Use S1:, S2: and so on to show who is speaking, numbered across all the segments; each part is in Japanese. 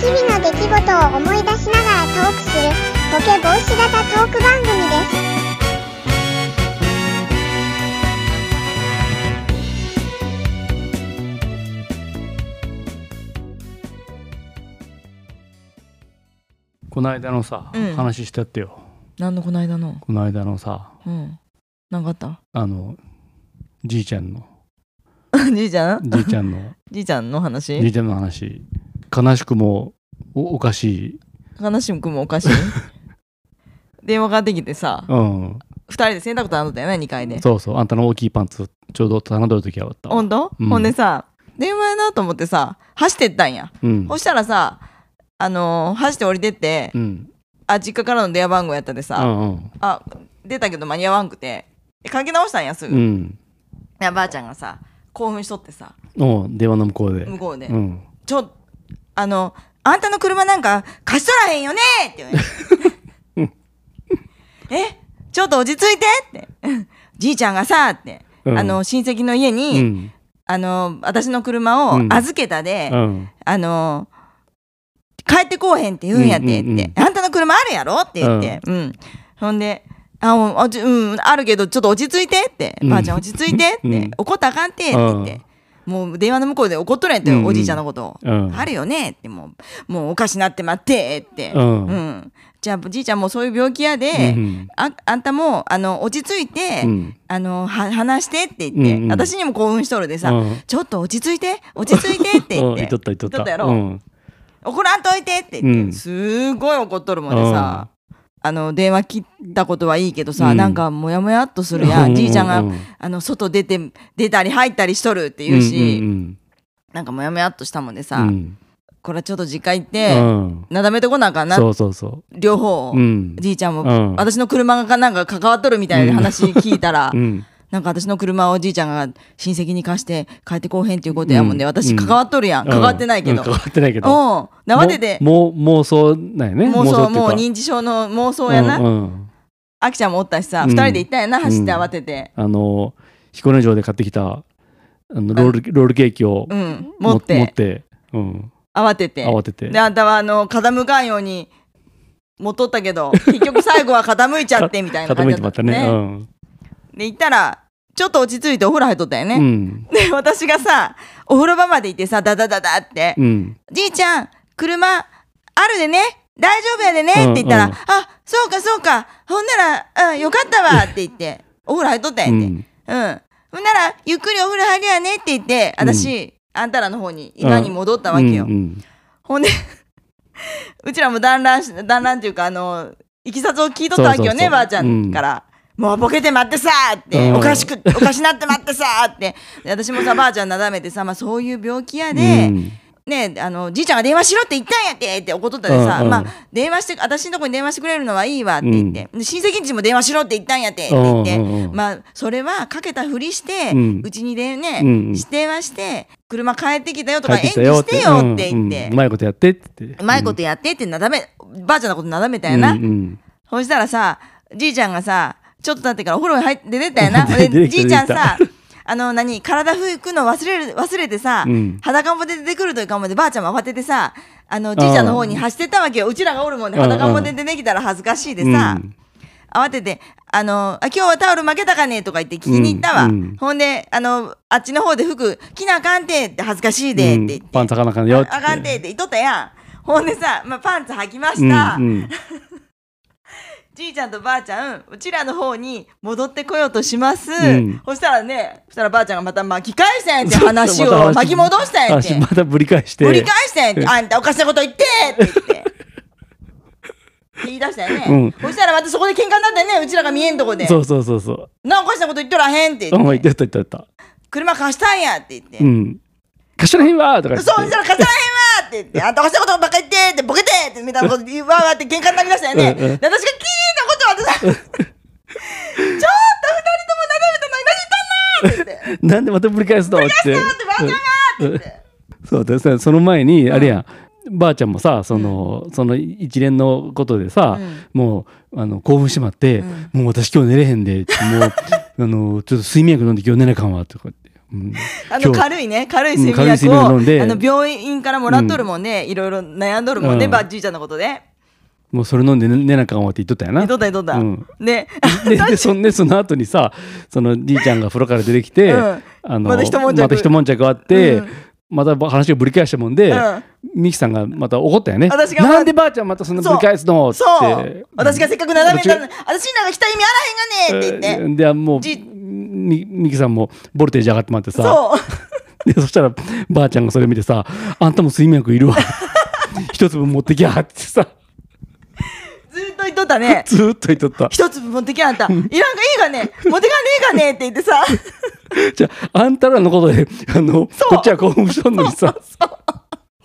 S1: ことを思い出しながらトークするボケ防止型トーク番組です
S2: この間のさ、
S3: うん
S2: 話したってよ
S3: 何のこないだの
S2: この間のさ
S3: うん何かあった
S2: あのじいちゃんの
S3: じいちゃん
S2: じいちゃん の
S3: じいちゃんの
S2: じい
S3: 話
S2: ちゃんの話悲しくもおおかしい
S3: 悲しくも おかしい電話かかってきてさ
S2: うん
S3: 2人で洗濯とあんのだよね2階で
S2: そうそうあんたの大きいパンツちょうど棚取る時はあったわ
S3: ほんと、
S2: うん
S3: ほんでさ電話やなと思ってさ走ってったんや、
S2: うん
S3: そしたらさあのー走って降りてって、
S2: うん
S3: あ実家からの電話番号やったで
S2: う
S3: さ、
S2: んうん
S3: あ出たけど間に合わんくてでかけ直したんやすぐ、
S2: う
S3: い
S2: ん
S3: やばあちゃんがさ興奮しとってさ
S2: おう電話の向こうで
S3: 向こうで、
S2: うん
S3: ちょあのあんたの車なんか貸しとらへんよねって言われ てえちょっと落ち着いてってじいちゃんがさって、
S2: うん
S3: あの親戚の家
S2: う
S3: に、
S2: ん
S3: あの私の車
S2: う
S3: を
S2: ん
S3: 預けたで、
S2: うん
S3: あの帰ってこうへんって言うんやってって、
S2: うんうんうん
S3: あんたの車あるやろって言って、うんほんであおあちうん、あるけどちょっと落ち着いてって、
S2: うん
S3: ばあちゃん落ち着いてって、
S2: うん
S3: 怒ったらあかんてって言って、もう電話の向こうで怒っとるやんって、
S2: うんうん
S3: おじいちゃんのことを、
S2: うん
S3: あるよねってもうもうおかしなって待ってって、
S2: うん
S3: じゃあじいちゃんもうそういう病気やで、
S2: うん
S3: ああんたもあの落ち着いて、
S2: うん
S3: あのは話してって言って、
S2: うんうん
S3: 私にも興奮しとるでさ、
S2: うん
S3: ちょっと落ち着いて落ち着いてって言
S2: お
S3: っ
S2: う
S3: て
S2: いとったいとった
S3: 言っとったやろ
S2: うん
S3: 怒らんといてって言って、
S2: うん
S3: すごい怒っとるもんでさ、あの電話切ったことはいいけどさ、
S2: うん
S3: なんかモヤモヤっとするやん、じいちゃんが、
S2: うう
S3: あの外出て出たり入ったりしとるって言うし、
S2: うんうん
S3: なんかモヤモヤっとしたもんでさ、
S2: うんうん
S3: これはちょっと実家行っ
S2: う
S3: て、
S2: ん
S3: なだめてこなあかんな
S2: そうそうそ
S3: 両方を、
S2: ううん
S3: じいちゃんも、
S2: うん
S3: 私の車がなんか関わっとるみたいな話聞いたら、
S2: うん
S3: なんか私の車をじいちゃんが親戚に貸して帰ってこうへんっていうことやもんで、
S2: うん
S3: 私関わっとるやん、
S2: うん
S3: 関わってないけど、
S2: うん関わってないけど
S3: おう
S2: も
S3: 慌てて
S2: もう妄想なんやね
S3: 妄想もう
S2: 人
S3: 認知症の妄想やな、あきちゃんもおったしさ、
S2: うん
S3: 二人で行ったんやな走って慌てて、
S2: あの彦根城で買ってきたあのロールロールケーキを
S3: うん持って
S2: 持って、うん、
S3: 慌てて
S2: 慌てて
S3: であんたはあの傾かんように持っとった けど結局最後は傾いちゃってみたいな感
S2: 傾
S3: じ
S2: い
S3: だ
S2: て
S3: っ
S2: ま
S3: た
S2: ったねうん
S3: で行ったらちょっと落ち着いてお風呂入っとったよね、
S2: うん
S3: で私がさお風呂場まで行ってさダダダダって、
S2: うん
S3: じいちゃん車あるでね大丈夫やでね」って言ったら
S2: う
S3: 「
S2: んうん
S3: あそうかそうかほんなら、うん、よかったわ」って言ってお風呂入っとったんや
S2: う
S3: って、
S2: ん
S3: うん。ほんなら、ゆっくりお風呂入りやねって言って、私、あんたらの方に、今に戻ったわけよ。
S2: うんうん
S3: ほんで、 うちらも団らんし、団らんっていうか、あの、いきさつを聞いとったわけよね、
S2: そうそうそう
S3: ばあちゃんから。もうボケて待ってさーって、
S2: うん
S3: おかしく、おかしなって待ってさーって。で私もさ、ばあちゃんなだめてさ、まあそういう病気やで、
S2: うん
S3: ねあの、じいちゃんが電話しろって言ったんやってって怒っとったで
S2: う
S3: さ、
S2: んうん
S3: まあ、電話して、私のとこに電話してくれるのはいいわって言って、で親戚んちも電話しろって言ったんやってって言って、
S2: うんうんうん
S3: まあ、それはかけたふりして、
S2: う
S3: うんちにでね、
S2: うんうん
S3: し電話して、車帰ってきたよと
S2: 帰
S3: か
S2: って
S3: 演
S2: きた
S3: 技
S2: よ
S3: してよって言っ
S2: うん
S3: て
S2: うんう、まいことやってって言って
S3: うまいことやってってなだめ、ばあちゃんのことなだめたよな。
S2: うんうん
S3: そしたらさ、じいちゃんがさ、ちょっと経ってからお風呂入って出てたよな。
S2: 出てきた
S3: でじいちゃんさ
S2: 出、
S3: あの、何、体拭くの忘れる、忘れてさ、
S2: うん
S3: 裸んぼで出てくるというかもんで、ばあちゃんも慌ててさ、あの、じいちゃんの方に走ってったわけよ。うちらがおるもんで、
S2: うんうん
S3: 裸んぼで出てきたら恥ずかしいでさ、
S2: うん
S3: 慌てて、あの、あ、今日はタオル負けたかねとか言って聞きに行ったわ。
S2: うんうん
S3: ほんで、あの、あっちの方で服着なあかんてって恥ずかしいでって言って。
S2: うんパンツ履かなあかんよって
S3: あかんてって言っとったやん。ほんでさ、まあ、パンツ履きました。
S2: うんうん
S3: じいちゃんとばあちゃん、うちらの方に戻ってこようとします。
S2: ん
S3: そしたらね、そしたらばあちゃんがまた巻き返したんやって 話を巻き戻したんやっ
S2: 話
S3: て
S2: ま。たぶり返して
S3: ぶり返したんやって、あんたおかしなこと言ってって言って。言い出したよね、
S2: うん
S3: そしたらまたそこで喧嘩になったよねうちらが見えんとこで
S2: そうそうそうそう
S3: なおかしなこと言っとらへんって
S2: う
S3: 言
S2: ん
S3: っ
S2: 言
S3: て
S2: ってた言ってた
S3: 車貸したんやって言って、
S2: うん頭へんわーとか言って
S3: そうしたら貸さへんわって言って、あんた貸したことばっかり言ってって、ボケてってみたいなこと言うわーって喧嘩になりましたよね。
S2: うんうん
S3: で私が聞いたことは私は、ちょっ と二人とも斜めたのに何言ったんだーって言って、
S2: なんでまたぶり返すのって
S3: ちょっとばあちゃんがーって言って。
S2: そうでさその前にあれや、ん、ばあちゃんもさその,、その一連のことでさ、もうあの興奮してま って、もう私今日寝れへんでもうあのちょっと睡眠薬飲んで今日寝なあかんわ」とかってうん今
S3: あの
S2: 日
S3: 軽いね軽い
S2: うん
S3: 睡眠
S2: 軽い
S3: 薬
S2: 睡眠
S3: を、
S2: 飲んで
S3: あの病院からもらっとるもんね、いろいろ悩んどるもんね、
S2: うん
S3: ばあじいちゃんのことで
S2: もうそれ飲んで寝寝なあかんわって言っとったやな
S3: えどうだいどうだ、
S2: うん
S3: で
S2: ででそんでその後にさそのじいちゃんが風呂から出てきて、
S3: うん
S2: あの
S3: また一悶着
S2: また一悶着あって、
S3: うん
S2: また話をぶり返したもんで、
S3: うん
S2: ミキさんがまた怒ったよね
S3: 私が
S2: なんでばあちゃんまたそんなぶり返すのって
S3: そう私がせっかく斜めになるの
S2: 途
S3: に私になんか来た意味あらへんがねって言って、
S2: でもう
S3: じ
S2: みミキさんもボルテージ上がってまってさ
S3: そう
S2: でそしたらばあちゃんがそれ見てさ「あんたも睡眠薬い るわ一粒持ってきゃ」ってさ
S3: ずっと言っとったね
S2: ずーっと言っとった
S3: 一粒持ってきあんたいらんかいいがね持ってかねえがねって言っ てさ
S2: じゃああんたらのことで あのこ
S3: そう
S2: っちは興奮しとんのにさ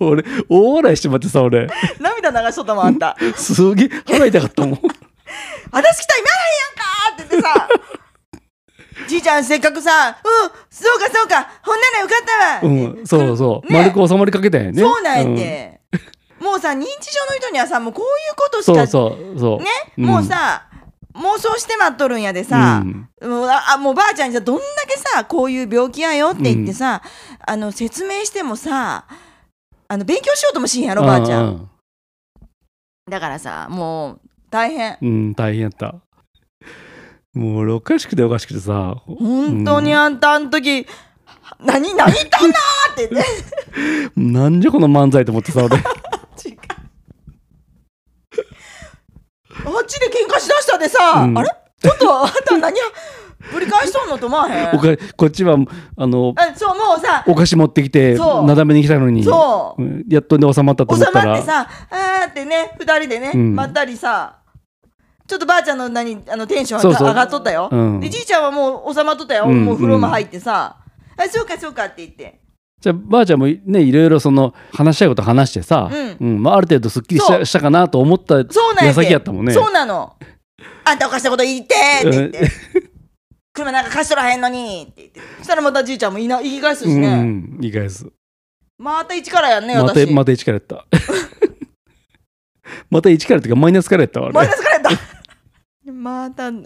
S2: 俺大笑いしてまってさ 俺
S3: 涙流しとったもんあんた
S2: すげえ腹痛か ったもん
S3: 私来た意味あらへんやんかって言ってさじいちゃんせっかくさうんそうかそうかほんならよかったわ、
S2: うんそうそう、
S3: ね
S2: 丸く収まりかけたんやね
S3: そうなんやって、もうさ認知症の人にはさもうこういうこと
S2: うん
S3: しか
S2: そうそうそう
S3: ね、もうさ妄想して待っとるんやでさ、
S2: うん
S3: もうああもうばあちゃんにさどんだけさこういう病気やよって言ってさ、あの説明してもさあの勉強しようともしんやろばあちゃん、
S2: ん
S3: だからさもう大変
S2: うん、うん大変やったもう俺おかしくておかしくてさ
S3: 本当にあんたあの時「何何言ったんだ!」って言って
S2: うんなんじゃこの漫才と思って さ俺
S3: 違うあっちで喧嘩しだしたでさ、
S2: うん
S3: あれちょっとあんた何ぶり返しとんのと思わへん
S2: おかこっちはあ の
S3: あそうもうさ
S2: お菓子持ってきて
S3: そう
S2: なだめに来たのに
S3: そう
S2: うんやっとで収まったと思っ
S3: 収
S2: た
S3: ま
S2: ら
S3: ってさあーってね二人でね、
S2: うん
S3: まったりさちょっとばあちゃんの何あのテンションが
S2: そうそう
S3: 上がっとったよ、
S2: うん
S3: でじいちゃんはもう収まっとったよ、
S2: うん
S3: もう風呂も入ってさ、あそうかそうかって言って
S2: じゃあばあちゃんもねいろいろその話したいこと話してさ、
S3: う
S2: まあ、ある程度すっきりし
S3: そう
S2: たしたかなと思った
S3: そうなん
S2: 矢
S3: やて
S2: 先やったもんね。
S3: そうなのあんたおかしたこと言ってって言って
S2: うん
S3: 車なんか貸しとらへんのにって言ってそしたらまたじいちゃんも言いな言い返すし
S2: うん
S3: ね、
S2: うん、いい返す。
S3: また一からやんね
S2: また
S3: 私、
S2: また一からやった。 また一からっていうかマイナスからやったわ
S3: マイ
S2: 俺。
S3: ナスからやったまた な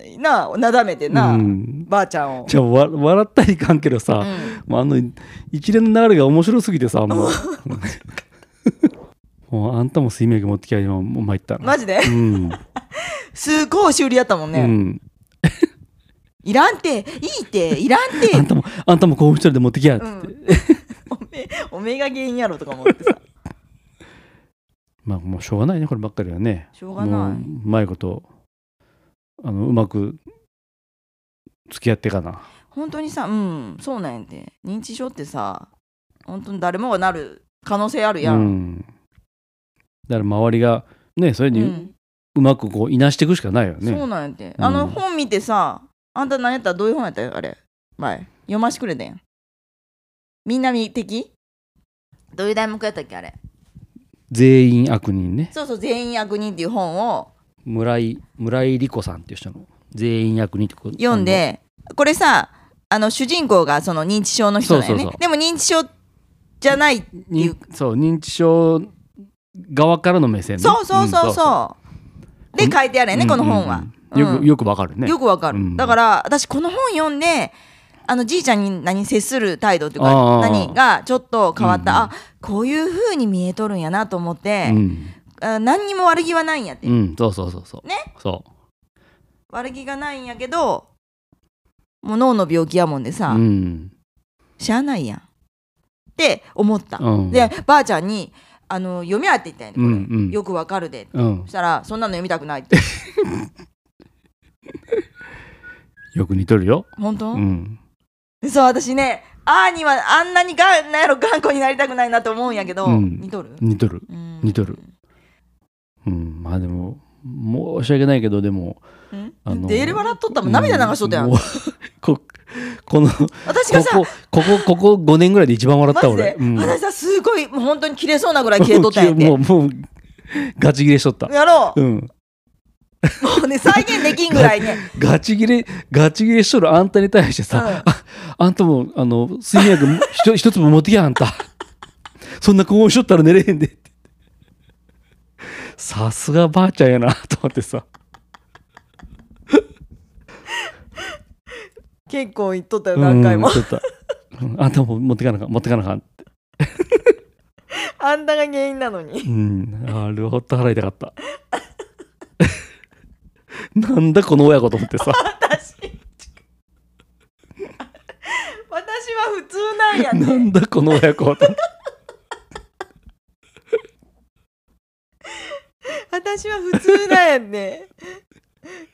S3: なだめてな、
S2: うん
S3: ばあちゃんを、
S2: じゃあわ笑ったらいかんけど
S3: う
S2: さ、
S3: ん
S2: もうあの一連の流れが面白すぎてさもう。 もうあんたも睡眠薬持ってきゃ今もう参ったな。
S3: マジで
S2: うん。
S3: すごい修理やったもんね、
S2: うん。
S3: いらんていいていらんて
S2: あんたもあんたも興奮してるで持ってきゃって
S3: う
S2: 言って。
S3: ん、 おめおめえが原因やろとか思ってさ
S2: まあもうしょうがないねこればっかりはね
S3: しょうがない
S2: もううまいことあのうまく付き合ってかな
S3: 本当にさうんそうなんやて認知症ってさ本当に誰もがなる可能性あるや、
S2: うんん、だから周りがねそれ
S3: うん
S2: にうまくこういなしていくしかないよね、
S3: そうなんやて、
S2: うん
S3: あの本見てさあんた何やったらどういう本やったよあれ前読ましてくれたやんみんな見的どういう題目やったっけあれ
S2: 全員悪人ね
S3: そうそう全員悪人っていう本を
S2: 村井村井理子さんっていう人の全員悪人ってこう
S3: 読んでこれさあの主人公がその認知症の人だよ
S2: そ
S3: ね
S2: うそうそう
S3: でも認知症じゃない
S2: あのにそう認知症側からの目線ね
S3: そうそうそうそう,、
S2: んそ
S3: で書いてあるよね、この本は、
S2: うんうんうんよ
S3: う
S2: く
S3: ん
S2: よくわかるね
S3: よくわかる、
S2: うん
S3: だから私この本読んであのじいちゃんに何接する態度っていうか
S2: あー
S3: 何がちょっと変わった、
S2: うんうん
S3: あこういう風に見えとるんやなと思って
S2: う、ん、
S3: あ何にも悪気はないんやって、
S2: うん、そうそうそうそう
S3: ね
S2: そう
S3: 悪気がないんやけどもう脳の病気やもんでさ、
S2: うん
S3: しゃあないやんって思った、
S2: うん
S3: でばあちゃんにあの読み合って言ったんやねこれ、
S2: うんうん
S3: よくわかるで
S2: うん
S3: そしたらそんなの読みたくないって
S2: よく似とるよ。
S3: 本当、
S2: うん。
S3: そう私ねあーにはあんなにがんなんやろ頑固になりたくないなと思うんやけど、
S2: うん
S3: 似とる、
S2: 似とる。
S3: うん
S2: 似とるうん。まあでも、申し訳ないけど、でも。
S3: うん
S2: あの
S3: デール笑っとったもん涙流しとったやん、
S2: もう こ、この、こ
S3: 私がさ
S2: こ、ここ、ここ5年ぐらいで一番笑っ
S3: マ
S2: た
S3: ジ
S2: 俺
S3: で、。
S2: うん
S3: 私さすごいもう本当に切れそうなぐらい切れとったんやっ
S2: も
S3: て
S2: う、もう、ガチ切れしとった。
S3: やろう
S2: うん。
S3: もうね再現できんぐらいね
S2: ガチ切れ、ガチ切れしとるあんたに対してさ、ああんたも、あの、睡眠薬もひと 一粒持ってきやあんた。そんな興奮しとったら寝れへんでって。さすがばあちゃんやな、と思ってさ。
S3: 結構言っとったよ
S2: うん
S3: 何回も
S2: ちょっとうんあんたも持ってかなあかん持ってかなあかんって
S3: あんたが原因なのに
S2: うんあれはほった払いたかった なんだこの親子と思ってさ
S3: 私私は普通なんや
S2: な
S3: ね
S2: んだこの親子はと思って
S3: 私は普通なんやね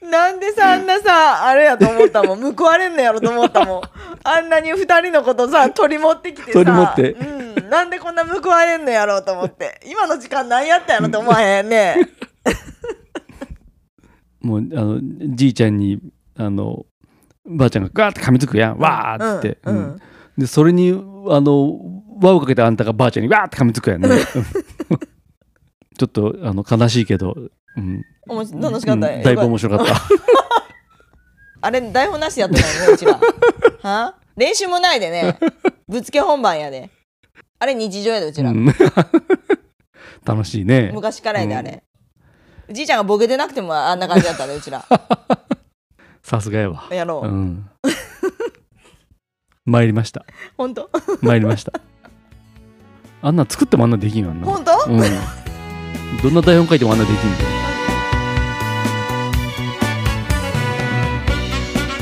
S3: なんでさあんなさあれやと思ったもん報われんのやろと思ったもんあんなに二人のことさ取り持ってきてさ
S2: 取り持って
S3: うん、なんでこんな報われんのやろうと思って今の時間何やったんやろと思わへんね
S2: もうあのじいちゃんにあのばあちゃんがガーって噛みつくやんわーって、
S3: うん
S2: うんでそれにあの輪をかけてあんたがばあちゃんにわーって噛みつくやん ねちょっとあの悲しいけど、うん、
S3: おもし楽しかった、
S2: うんだいぶ面
S3: 白
S2: 白かった
S3: あれ台本なしやったのよねうちらは練習もないでねぶっつけ本番やであれ日常やでうちら、
S2: うん楽しいね
S3: 昔からやで
S2: うん
S3: あれ、じいちゃんがボケてなくてもあんな感じだったねうちら
S2: さすがやわ
S3: やろう、
S2: うん、参りました
S3: ほんと
S2: 参りましたあんなん作ってもあんなんできんわな
S3: ほんと
S2: うん、どんな台本書いてもあんなできんだよ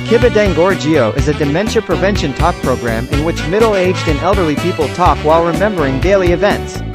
S4: Kibidangorgio is a dementia prevention talk program in which middle aged and elderly people talk while remembering daily events.